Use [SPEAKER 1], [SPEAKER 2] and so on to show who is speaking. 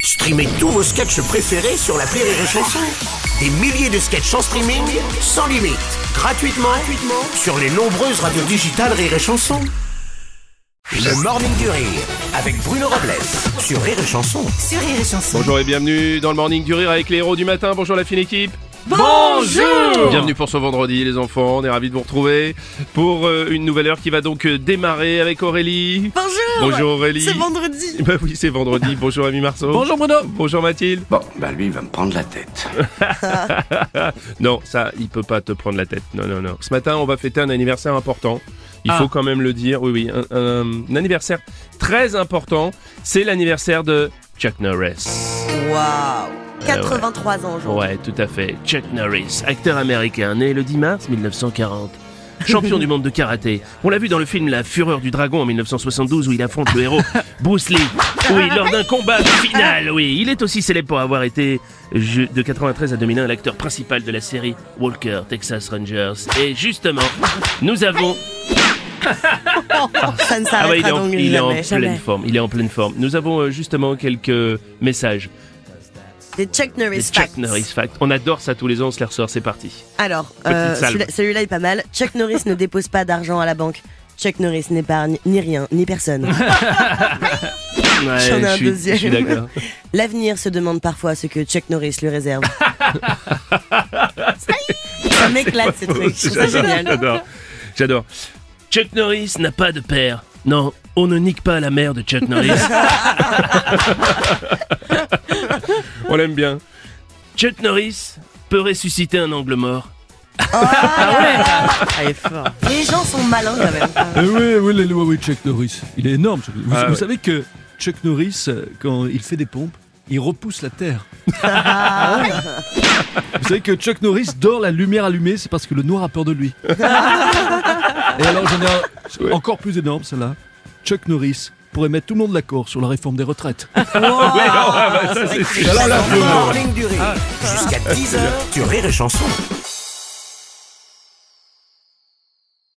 [SPEAKER 1] Streamez tous vos sketchs préférés sur la Rire et Chanson. Des milliers de sketchs en streaming, sans limite, gratuitement, gratuitement sur les nombreuses radios digitales Rire et Chanson. Le Morning du Rire avec Bruno Robles sur Rire et Chanson.
[SPEAKER 2] sur Rire et Chanson.
[SPEAKER 3] Bonjour et bienvenue dans le Morning du Rire avec les héros du matin. Bonjour la fine équipe.
[SPEAKER 2] Bonjour
[SPEAKER 3] Bienvenue pour ce vendredi les enfants. On est ravis de vous retrouver pour euh, une nouvelle heure qui va donc euh, démarrer avec Aurélie.
[SPEAKER 2] Bonjour
[SPEAKER 3] Bonjour Aurélie.
[SPEAKER 2] Ah C'est vendredi
[SPEAKER 3] Bah oui, c'est vendredi. Bonjour Ami Marceau. Bonjour Bruno. Bonjour Mathilde.
[SPEAKER 4] Bon, bah lui, il va me prendre la tête.
[SPEAKER 3] Non, ça, il peut pas te prendre la tête. Non, non, non. Ce matin, on va fêter un anniversaire important.
[SPEAKER 2] Ah.
[SPEAKER 3] Il faut quand même le dire. Oui, oui, un, un- un anniversaire très important. C'est l'anniversaire de Chuck Norris. Ah
[SPEAKER 2] Waouh 83 ans aujourd'hui.
[SPEAKER 3] Ouais, tout à fait. Chuck Norris, acteur américain, né le 10 mars 1940. Champion du monde de karaté. On l'a vu dans le film La Fureur du Dragon en 1972 où il affronte le héros Bruce Lee. Oui, lors d'un combat de finale, oui. Il est aussi célèbre pour avoir été, je- de 93 à 2001, l'acteur principal de la série Walker, Texas Rangers. Et justement, nous avons
[SPEAKER 2] Ça ne
[SPEAKER 3] ah ouais,
[SPEAKER 2] s'arrêtera
[SPEAKER 3] il est en,
[SPEAKER 2] donc
[SPEAKER 3] il est en
[SPEAKER 2] jamais.
[SPEAKER 3] pleine forme. Il est en pleine forme. Nous avons euh, justement quelques messages
[SPEAKER 2] Des Chuck Norris
[SPEAKER 3] des
[SPEAKER 2] facts.
[SPEAKER 3] Chuck Norris Fact. On adore ça tous les ans, on se les ressort. C'est parti.
[SPEAKER 2] Alors,
[SPEAKER 3] Petite
[SPEAKER 2] euh,
[SPEAKER 3] salve.
[SPEAKER 2] celui-là celui-là est pas mal. Chuck Norris ne dépose pas d'argent à la banque. Chuck Norris n'épargne ni rien, ni personne.
[SPEAKER 3] Ouais,
[SPEAKER 2] J'en ai un
[SPEAKER 3] je suis-
[SPEAKER 2] deuxième.
[SPEAKER 3] Je suis d'accord.
[SPEAKER 2] L'avenir se demande parfois ce que Chuck Norris lui réserve. Ça m'éclate ces trucs. Je trouve ça
[SPEAKER 3] J'adore,
[SPEAKER 2] génial.
[SPEAKER 3] J'adore. J'adore. Chuck Norris n'a pas de père. Non, on ne nique pas la mère de Chuck Norris. on l'aime bien. Chuck Norris peut ressusciter un angle mort. Ah
[SPEAKER 2] Les gens sont malins quand même.
[SPEAKER 5] Eh oui, oui, les lois, oui, Chuck Norris. Il est énorme. Chuck Norris. Vous,
[SPEAKER 3] Ah
[SPEAKER 5] vous
[SPEAKER 3] ouais.
[SPEAKER 5] savez que Chuck Norris, euh, quand il fait des pompes, il repousse la terre. vous savez que Chuck Norris dort la lumière allumée, c'est parce que le noir a peur de lui. Et alors, j'en ai un encore plus énorme, celle-là. Chuck Norris pourrait mettre tout le monde d'accord sur la réforme des retraites.
[SPEAKER 2] Wow.
[SPEAKER 1] Le Morning du Rire jusqu'à 10h sur Rire et Chanson.